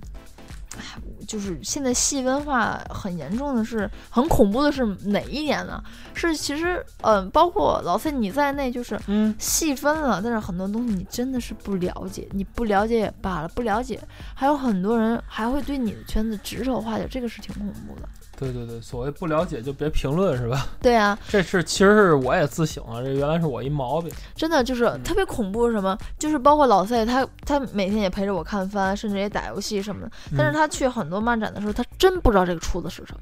Speaker 2: 哎，我就是现在细分化很严重的是，很恐怖的是哪一年呢？是其实，嗯，包括老 C 你在内，就是
Speaker 1: 嗯，
Speaker 2: 细分了，但是很多东西你真的是不了解，你不了解也罢了，不了解，还有很多人还会对你的圈子指手画脚，这个是挺恐怖的。
Speaker 1: 对对对，所谓不了解就别评论是吧？
Speaker 2: 对啊，
Speaker 1: 这是其实是我也自省了，这原来是我一毛病。
Speaker 2: 真的就是
Speaker 1: 嗯
Speaker 2: 特别恐怖，什么就是包括老 C，他他每天也陪着我看番，甚至也打游戏什么的。但是
Speaker 1: 嗯
Speaker 2: 他去很多漫展的时候，他真不知道这个出的是什么。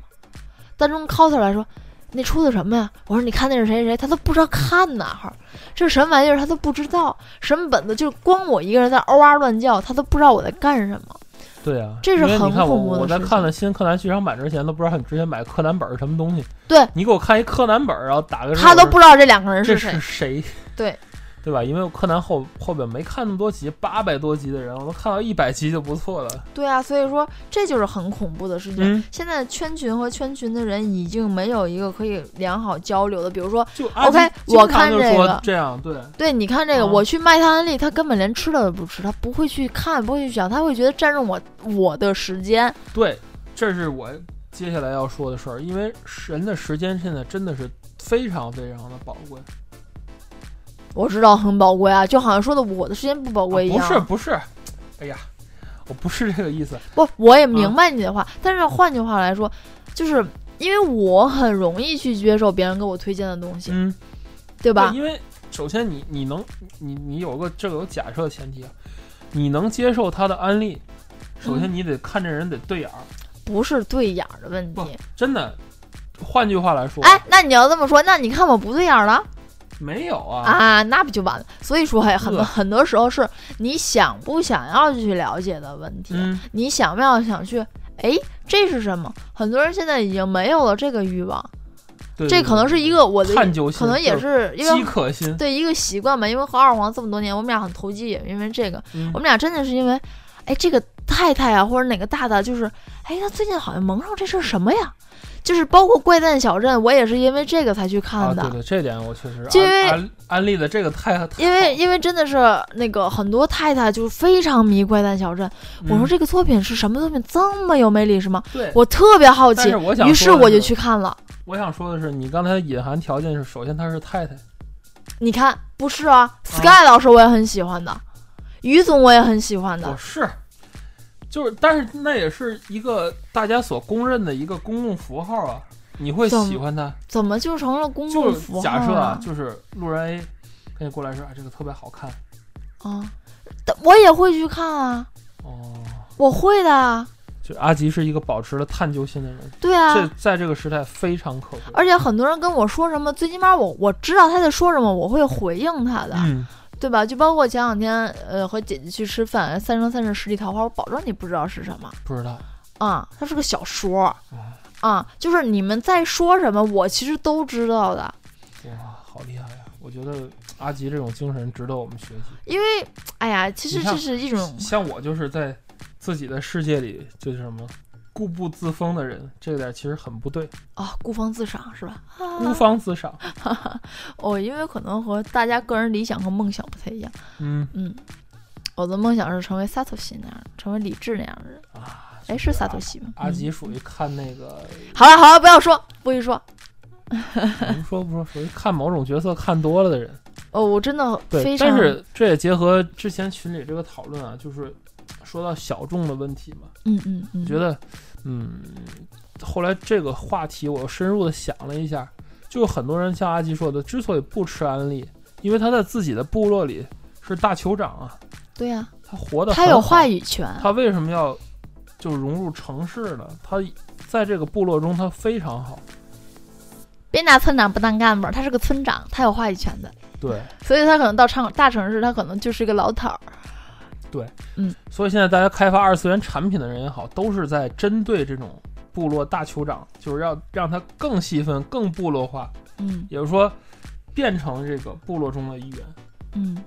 Speaker 2: 单从 coser 来说，那出的什么呀？我说你看那是谁谁谁，他都不知道看哪儿，这是什么玩意儿，他都不知道，什么本子，就是光我一个人在嗷哇乱叫，他都不知道我在干什么。
Speaker 1: 对啊，
Speaker 2: 这是
Speaker 1: 因为你
Speaker 2: 很
Speaker 1: 看我
Speaker 2: 恐怖的
Speaker 1: 我在
Speaker 2: 事情
Speaker 1: 看了新柯南剧场版之前，都不知道你之前买柯南本是什么东西。
Speaker 2: 对
Speaker 1: 你给我看一柯南本，然后打个
Speaker 2: 他
Speaker 1: 字儿
Speaker 2: 都不知道这两个人
Speaker 1: 这
Speaker 2: 是谁
Speaker 1: 是。谁？
Speaker 2: 对。
Speaker 1: 对吧？因为我柯南后后边没看那么多集，八百多集的人，我能看到一百集就不错了。
Speaker 2: 对啊，所以说这就是很恐怖的事情。
Speaker 1: 嗯，
Speaker 2: 现在圈群和圈群的人已经没有一个可以良好交流的，比如说
Speaker 1: 就阿
Speaker 2: OK，
Speaker 1: 基经
Speaker 2: 我
Speaker 1: 常
Speaker 2: 看
Speaker 1: 就
Speaker 2: 这
Speaker 1: 说
Speaker 2: 个
Speaker 1: 这样对，
Speaker 2: 对，你看这个，
Speaker 1: 嗯
Speaker 2: 我去卖他安利，他根本连吃的都不吃，他不会去看，不会去想，他会觉得占用我我的时间。
Speaker 1: 对，这是我接下来要说的事儿，因为人的时间现在真的是非常非常的宝贵。
Speaker 2: 我知道很宝贵啊，就好像说的我的时间不宝贵一
Speaker 1: 啊不
Speaker 2: 样。啊
Speaker 1: 是不是，哎呀，我不是这个意思。
Speaker 2: 不我
Speaker 1: 嗯
Speaker 2: 也明白你的话，但是换句话来说，就是因为我很容易去接受别人给我推荐的东西，
Speaker 1: 嗯，
Speaker 2: 对吧？
Speaker 1: 因为首先你你能你你有个这个有假设前提啊，你能接受他的安利，首先你得看这人得对眼儿，
Speaker 2: 不是对眼儿的问
Speaker 1: 不
Speaker 2: 题。
Speaker 1: 真的。换句话来说，
Speaker 2: 哎，那你要这么说，那你看我不对眼儿了
Speaker 1: 没有啊，
Speaker 2: 啊，那不就完了？所以说，哎，很多
Speaker 1: 呃
Speaker 2: 很多时候是你想不想要去了解的问题。
Speaker 1: 嗯，
Speaker 2: 你想不要想去？哎，这是什么？很多人现在已经没有了这个欲望，
Speaker 1: 对，
Speaker 2: 这可能是一个我的，
Speaker 1: 探究心
Speaker 2: 可能也
Speaker 1: 就是
Speaker 2: 一
Speaker 1: 饥
Speaker 2: 个
Speaker 1: 渴心，
Speaker 2: 对一个习惯吧。因为和二黄这么多年，我们俩很投机，也因为这个，
Speaker 1: 嗯
Speaker 2: 我们俩真的是因为，哎，这个太太啊，或者哪个大大，就是，哎，他最近好像蒙上这事儿什么呀？就是包括《怪诞小镇》，我也是因为这个才去
Speaker 1: 啊，
Speaker 2: 看的。
Speaker 1: 对对，这点我确实
Speaker 2: 就因为
Speaker 1: 安安安利的这个太，太
Speaker 2: 因为因为真的是那个很多太太就是非常迷《怪诞小镇》，我
Speaker 1: 嗯
Speaker 2: 说这个作品是什么作品这么有魅力是吗？
Speaker 1: 对，
Speaker 2: 我特别好
Speaker 1: 但
Speaker 2: 奇
Speaker 1: 是我，想
Speaker 2: 于
Speaker 1: 说
Speaker 2: 是
Speaker 1: 的
Speaker 2: 我就是去看了。
Speaker 1: 我想说的是，你刚才隐含条件是，首先她是太太，
Speaker 2: 你看，不是啊，Sky 老师我也很喜欢的，于总我也很喜欢
Speaker 1: 我
Speaker 2: 的，
Speaker 1: 是，就是，但是那也是一个大家所公认的一个公共符号啊。你会
Speaker 2: 怎么
Speaker 1: 喜欢他？
Speaker 2: 怎么就成了公
Speaker 1: 就
Speaker 2: 众
Speaker 1: 是
Speaker 2: 符号
Speaker 1: 假设
Speaker 2: 啊
Speaker 1: 啊，？就是路人 A 跟你过来说啊，这个特别好看
Speaker 3: 嗯
Speaker 2: 啊，但我也会去看啊，
Speaker 1: 哦，
Speaker 2: 我会的啊。
Speaker 1: 就阿吉是一个保持了探究心的人，
Speaker 3: 对啊，
Speaker 1: 这在这个时代非常可贵。
Speaker 3: 而且很多人跟我说什么，最起码我我知道他在说什么，我会回应他的，
Speaker 1: 嗯，
Speaker 3: 对吧？就包括前两天呃和姐姐去吃饭，《三生三世十里桃花》，我保证你不知道是什么
Speaker 1: 不知道，
Speaker 3: 啊、它是个小说
Speaker 1: 嗯
Speaker 3: 啊、就是你们在说什么，我其实都知道的，
Speaker 1: 哇，好厉害呀！我觉得阿吉这种精神值得我们学习。
Speaker 3: 因为哎呀，其实
Speaker 1: 你看
Speaker 3: 这是一种
Speaker 1: 像我就是在自己的世界里，就是什么固步自封的人，这点其实很不对，
Speaker 3: 啊孤芳自赏是吧？啊
Speaker 2: 嗯
Speaker 1: 孤芳自赏。
Speaker 3: 哦，因为可能和大家个人理想和梦想不太一样，
Speaker 1: 嗯
Speaker 3: 嗯。我的梦想是成为萨托西那样，成为李志那样的人。
Speaker 1: 啊，
Speaker 3: 哎，是萨托西吗？
Speaker 1: 阿吉
Speaker 3: 嗯
Speaker 1: 属于看那个，
Speaker 3: 好了好了，不要说，不许说。
Speaker 1: 不说不说，属于看某种角色看多了的人。
Speaker 3: 哦，我真的非
Speaker 1: 对，
Speaker 3: 常
Speaker 1: 但是这也结合之前群里这个讨论啊，就是说到小众的问题嘛，
Speaker 3: 嗯嗯嗯，
Speaker 1: 我觉得，嗯，后来这个话题我又深入的想了一下，就有很多人像阿吉说的，之所以不吃安利，因为他在自己的部落里是大酋长啊，
Speaker 3: 对呀、
Speaker 1: 他活得
Speaker 3: 他有话
Speaker 1: 语，
Speaker 3: 语权，
Speaker 1: 他为什么要就融入城市呢？他在这个部落中他非常好，
Speaker 3: 别拿村长不当干部，他是个村长，他有话语权的，
Speaker 1: 对，
Speaker 3: 所以他可能到城大城市，他可能就是一个老头儿。
Speaker 1: 所以现在大家开发二次元产品的人也好，都是在针对这种部落大酋长，就是要让他更细分、更部落化，
Speaker 3: 嗯
Speaker 1: 也就是说，变成这个部落中的一员。
Speaker 3: 嗯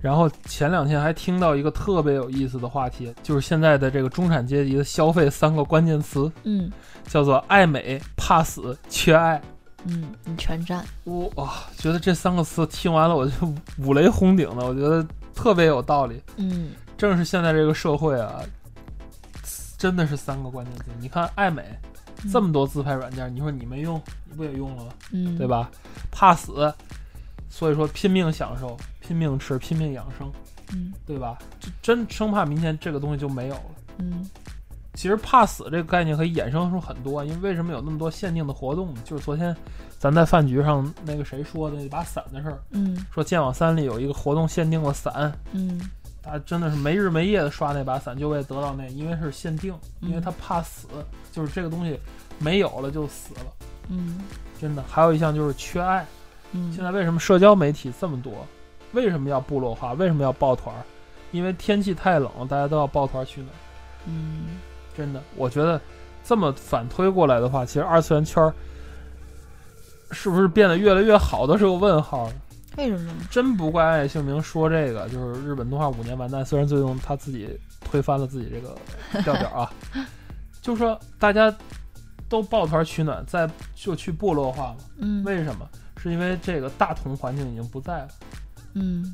Speaker 1: 然后前两天还听到一个特别有意思的话题，就是现在的这个中产阶级的消费三个关键词，
Speaker 3: 嗯
Speaker 1: 叫做爱美、怕死、缺爱。
Speaker 3: 嗯，你全占。
Speaker 1: 我哇，觉得这三个词听完了我就 五雷轰顶了，我觉得特别有道理。
Speaker 3: 嗯，
Speaker 1: 正是现在这个社会啊，真的是三个关键词。你看爱美
Speaker 3: 嗯
Speaker 1: 这么多自拍软件，你说你没用，你不也用了吗？
Speaker 3: 嗯，
Speaker 1: 对？吧？怕死，所以说拼命享受、拼命吃、拼命养生，
Speaker 3: 嗯
Speaker 1: 对吧？这真生怕明天这个东西就没有了。
Speaker 3: 嗯
Speaker 1: 其实怕死这个概念可以衍生出很多，啊因为为什么有那么多限定的活动呢？就是昨天咱在饭局上那个谁说的那把伞的事儿，
Speaker 3: 嗯
Speaker 1: 说剑网三里有一个活动限定了伞，
Speaker 3: 嗯
Speaker 1: 大家真的是没日没夜的刷那把伞，就为得到那，因为是限定，因为他怕死，就是这个东西没有了就死了，
Speaker 3: 嗯
Speaker 1: 真的。还有一项就是缺爱，
Speaker 3: 嗯，
Speaker 1: 现在为什么社交媒体这么多？为什么要部落化？为什么要抱团儿？因为天气太冷，大家都要抱团儿取暖。
Speaker 3: 嗯
Speaker 1: 真的，我觉得这么反推过来的话，其实二次元圈儿是不是变得越来越好都是个问号。
Speaker 3: 为什么呢？
Speaker 1: 真不怪爱秀明说这个，就是日本动画五年完蛋，虽然最终他自己推翻了自己这个调调啊，就说大家都抱团取暖，再就去部落化嘛。
Speaker 3: 嗯
Speaker 1: 为什么？是因为这个大同环境已经不在了。
Speaker 3: 嗯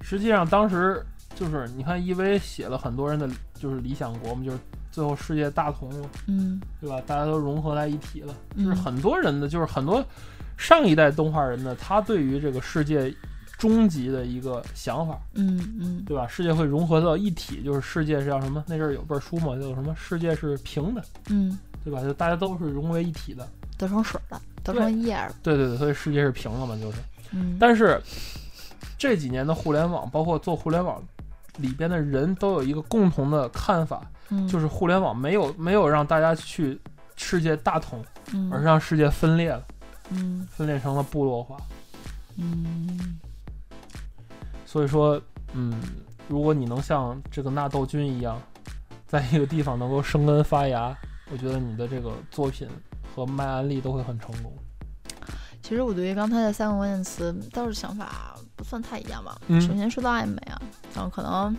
Speaker 1: 实际上当时就是你看 EV 写了很多人的就是理想国嘛，就是最后世界大同嘛。
Speaker 3: 嗯
Speaker 1: 对吧？大家都融合在一体了，
Speaker 3: 嗯
Speaker 1: 就是很多人的，就是很多上一代动画人的，他对于这个世界终极的一个想法，
Speaker 3: 嗯嗯
Speaker 1: 对吧？世界会融合到一体，就是世界是叫什么？那阵儿有本书嘛，叫什么？世界是平的，
Speaker 3: 嗯，
Speaker 1: 对吧？就大家都是融为一体的，
Speaker 3: 都成水了，都成叶儿了。
Speaker 1: 对对对，所以世界是平的嘛，就是。
Speaker 3: 嗯，
Speaker 1: 但是这几年的互联网，包括做互联网里边的人都有一个共同的看法，
Speaker 3: 嗯
Speaker 1: 就是互联网没有没有让大家去世界大同，
Speaker 3: 嗯
Speaker 1: 而是让世界分裂了。
Speaker 3: 嗯
Speaker 1: 分裂成了部落化。
Speaker 3: 嗯
Speaker 1: 所以说，嗯，如果你能像这个纳豆君一样，在一个地方能够生根发芽，我觉得你的这个作品和卖安利都会很成功。
Speaker 2: 其实我对于刚才的三个关键词倒是想法不算太一样吧。
Speaker 1: 嗯
Speaker 2: 首先说到爱美啊，然后可能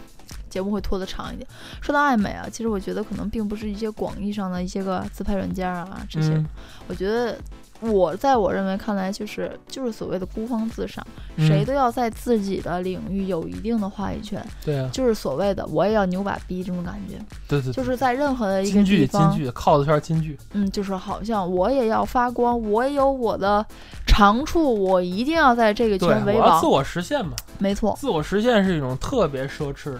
Speaker 2: 节目会拖得长一点。说到爱美啊，其实我觉得可能并不是一些广义上的一些个自拍软件啊这些，
Speaker 1: 嗯
Speaker 2: 我觉得。我在我认为看来，就是就是所谓的孤芳自赏，谁
Speaker 1: 嗯
Speaker 2: 都要在自己的领域有一定的话语权，
Speaker 1: 对啊，
Speaker 2: 就是所谓的我也要牛把逼这种感觉，
Speaker 1: 对对，
Speaker 2: 就是在任何的一个
Speaker 1: 金
Speaker 2: 地
Speaker 1: 句金
Speaker 2: 方，
Speaker 1: 句靠的圈金句，
Speaker 2: 嗯，就是好像我也要发光，我也有我的长处，我一定要在这个
Speaker 1: 对，
Speaker 2: 圈
Speaker 1: 我
Speaker 2: 为
Speaker 1: 要
Speaker 2: 王
Speaker 1: 自。我实现嘛，
Speaker 2: 没错，
Speaker 1: 自我实现是一种特别奢侈的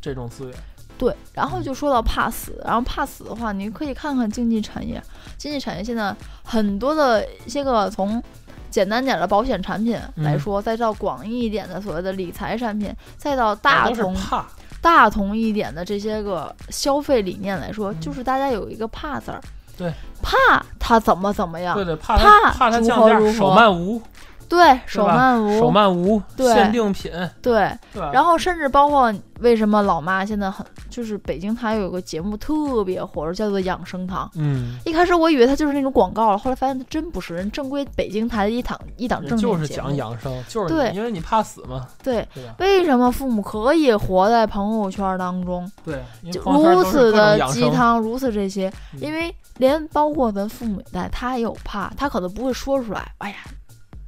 Speaker 1: 这种资源。
Speaker 2: 对。然
Speaker 1: 嗯
Speaker 2: 后就说到怕死，然后怕死的话，你可以看看经济产业，经济产业现在很多的一些个从。简单点的保险产品来
Speaker 1: 嗯
Speaker 2: 说，再到广义一点的所谓的理财产品，再到
Speaker 1: 大
Speaker 2: 大
Speaker 1: 都是
Speaker 2: 从
Speaker 1: 怕，
Speaker 2: 大同一点的这些个消费理念来说，
Speaker 1: 嗯
Speaker 2: 就是大家有一个怕字儿，
Speaker 1: 对，
Speaker 2: 怕它怎么怎么样
Speaker 1: 对，对，怕它
Speaker 2: 啊怕
Speaker 1: 怕它
Speaker 2: 如
Speaker 1: 降
Speaker 2: 何
Speaker 1: 价
Speaker 2: 如，何
Speaker 1: 手慢无，
Speaker 2: 对，手
Speaker 1: 吧
Speaker 2: 慢无，
Speaker 1: 手慢无，
Speaker 2: 对
Speaker 1: 限定品，
Speaker 2: 对，
Speaker 1: 对吧？
Speaker 2: 然后甚至包括为什么老妈现在很，就是北京它有个节目特别火，叫做《养生堂》。
Speaker 1: 嗯，
Speaker 2: 一开始我以为它就是那种广告了，后来发现它真不是，人正规北京台的一档一档正经
Speaker 1: 就是
Speaker 2: 节
Speaker 1: 讲
Speaker 2: 目
Speaker 1: 养生，就是
Speaker 2: 对
Speaker 1: 你因为你怕死嘛，
Speaker 2: 对。
Speaker 1: 对吧？
Speaker 2: 为什么父母可以活在朋友圈当中，
Speaker 1: 对，因为
Speaker 2: 就
Speaker 1: 朋友圈
Speaker 2: 如
Speaker 1: 都是
Speaker 2: 此
Speaker 1: 各种
Speaker 2: 的
Speaker 1: 养
Speaker 2: 鸡
Speaker 1: 生，
Speaker 2: 汤，如此这些？
Speaker 1: 嗯
Speaker 2: 因为连包括咱父母一代，他也有怕，他可能不会说出来，哎呀，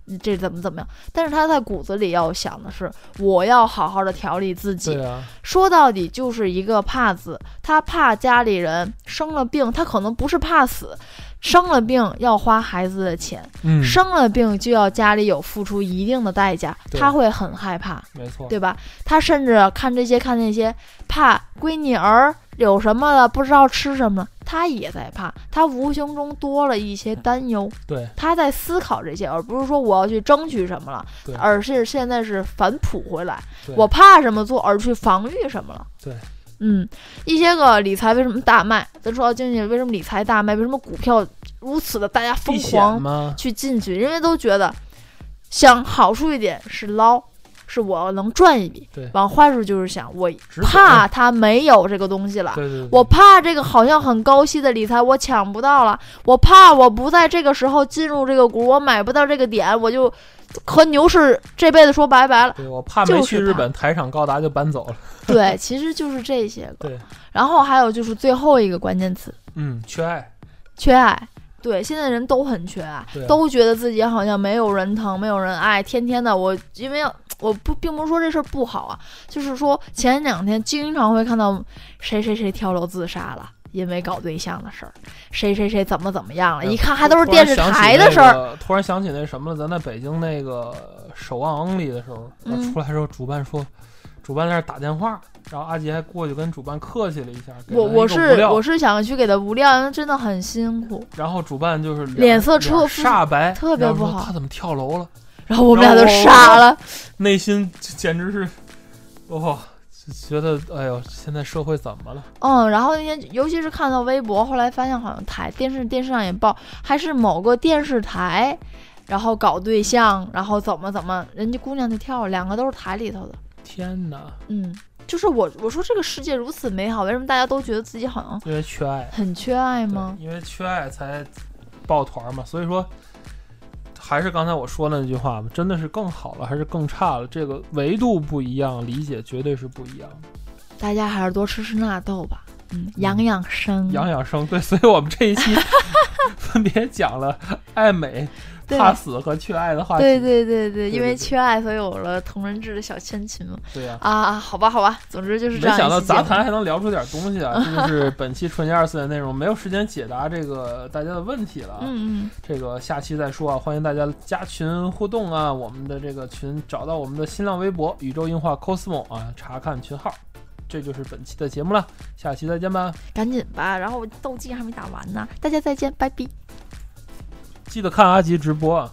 Speaker 2: 你这怎么怎么样？但是他在骨子里要想的是，我要好好的调理自己
Speaker 1: 对，啊，
Speaker 2: 说到底就是一个怕字，他怕家里人生了病，他可能不是怕死，生了病要花孩子的钱，
Speaker 1: 嗯，
Speaker 2: 生了病就要家里有付出一定的代价，
Speaker 1: 对
Speaker 2: 他会很害怕，
Speaker 1: 没错，
Speaker 2: 对吧？他甚至看这些看那些，怕闺女儿有什么了不知道吃什么了，他也在怕，他无形中多了一些担忧，
Speaker 1: 对
Speaker 2: 他在思考这些，而不是说我要去争取什么了
Speaker 1: 对，
Speaker 2: 而是现在是反哺回来。
Speaker 1: 对
Speaker 2: 我怕什么做而去防御什么了。
Speaker 1: 对，
Speaker 2: 嗯，一些个理财为什么大卖？咱说到经济，为什么理财大卖？为什么股票如此的大家疯
Speaker 1: 避险
Speaker 2: 狂
Speaker 1: 嘛，
Speaker 2: 去进去？因为都觉得想好处一点是捞，是我能赚一笔
Speaker 1: 对；
Speaker 2: 往坏处就是想我
Speaker 1: 止损
Speaker 2: 怕它没有这个东西了。
Speaker 1: 对对，对
Speaker 2: 我怕这个好像很高息的理财我抢不到了，我怕我不在这个时候进入这个股，我买不到这个点，我就和牛市这辈子说拜 拜了。
Speaker 1: 对我怕
Speaker 2: 就
Speaker 1: 没
Speaker 2: 是
Speaker 1: 去日
Speaker 2: 怕
Speaker 1: 本，台场高达就搬走了，
Speaker 2: 对，其实就是这些个。
Speaker 1: 对，
Speaker 2: 然后还有就是最后一个关键词，
Speaker 1: 嗯，缺爱，
Speaker 2: 缺爱。对，现在人都很缺爱
Speaker 1: 对啊，
Speaker 2: 都觉得自己好像没有人疼，没有人爱，天天的我，因为我不并不是说这事儿不好啊，就是说前两天经常会看到谁谁谁跳楼自杀了，因为搞对象的事儿，谁谁谁怎么怎么样了，一看还都是
Speaker 1: 哎突然
Speaker 2: 电视
Speaker 1: 想起
Speaker 2: 台的
Speaker 1: 那
Speaker 2: 事儿，
Speaker 1: 个突然想起那什么了，咱在北京那个守望恩里的时候，呃
Speaker 2: 嗯
Speaker 1: 出来的时候主办说，主办在那儿打电话，然后阿杰还过去跟主办客气了一下，给
Speaker 2: 我
Speaker 1: 了一个
Speaker 2: 我
Speaker 1: 无
Speaker 2: 是
Speaker 1: 料
Speaker 2: 我是想去给他无聊，因为真的很辛苦，
Speaker 1: 然后主办就是脸
Speaker 2: 脸色彻
Speaker 1: 脸
Speaker 2: 非
Speaker 1: 煞白，
Speaker 2: 特别
Speaker 1: 然后说
Speaker 2: 不好
Speaker 1: 他怎么跳楼了？
Speaker 2: 然后我们俩
Speaker 1: 然
Speaker 2: 都
Speaker 1: 后我
Speaker 2: 傻了，
Speaker 1: 内心简直是，哦，就觉得哎呦，现在社会怎么了？
Speaker 2: 嗯，然后那天尤其是看到微博，后来发现好像台电视电视上也报，还是某个电视台，然后搞对象，然后怎么怎么，人家姑娘就跳了，两个都是台里头的，
Speaker 1: 天哪，
Speaker 2: 嗯，就是我我说这个世界如此美好，为什么大家都觉得自己好像
Speaker 1: 因为缺爱。
Speaker 2: 很缺爱
Speaker 1: 对
Speaker 2: 吗？
Speaker 1: 因为缺爱才抱团嘛，所以说还是刚才我说的那句话嘛，真的是更好了还是更差了，这个维度不一样，理解绝对是不一样的。
Speaker 2: 大家还是多吃吃纳豆吧，嗯，养养生，
Speaker 1: 养养生，对， 所以我们这一期分别讲了爱美、
Speaker 2: 对
Speaker 1: 怕死和缺爱的话题。
Speaker 2: 对对对对，
Speaker 1: 对
Speaker 2: 因为
Speaker 1: 对
Speaker 2: 缺爱，所以有了同人志的小千群嘛，
Speaker 1: 对呀、
Speaker 2: 啊啊，好吧好吧，总之就是
Speaker 1: 没
Speaker 2: 这样一期节
Speaker 1: 想到
Speaker 2: 目。
Speaker 1: 杂谈还能聊出点东西啊！这就是本期纯洁二次元内容，没有时间解答这个大家的问题了啊。
Speaker 2: 嗯嗯，
Speaker 1: 这个下期再说啊，欢迎大家加群互动啊，我们的这个群找到我们的新浪微博宇宙硬化 cosmo 啊，查看群号。这就是本期的节目了，下期再见吧！
Speaker 2: 赶紧吧，然后我斗技还没打完呢，大家再见，拜拜。
Speaker 1: 记得看阿吉直播啊。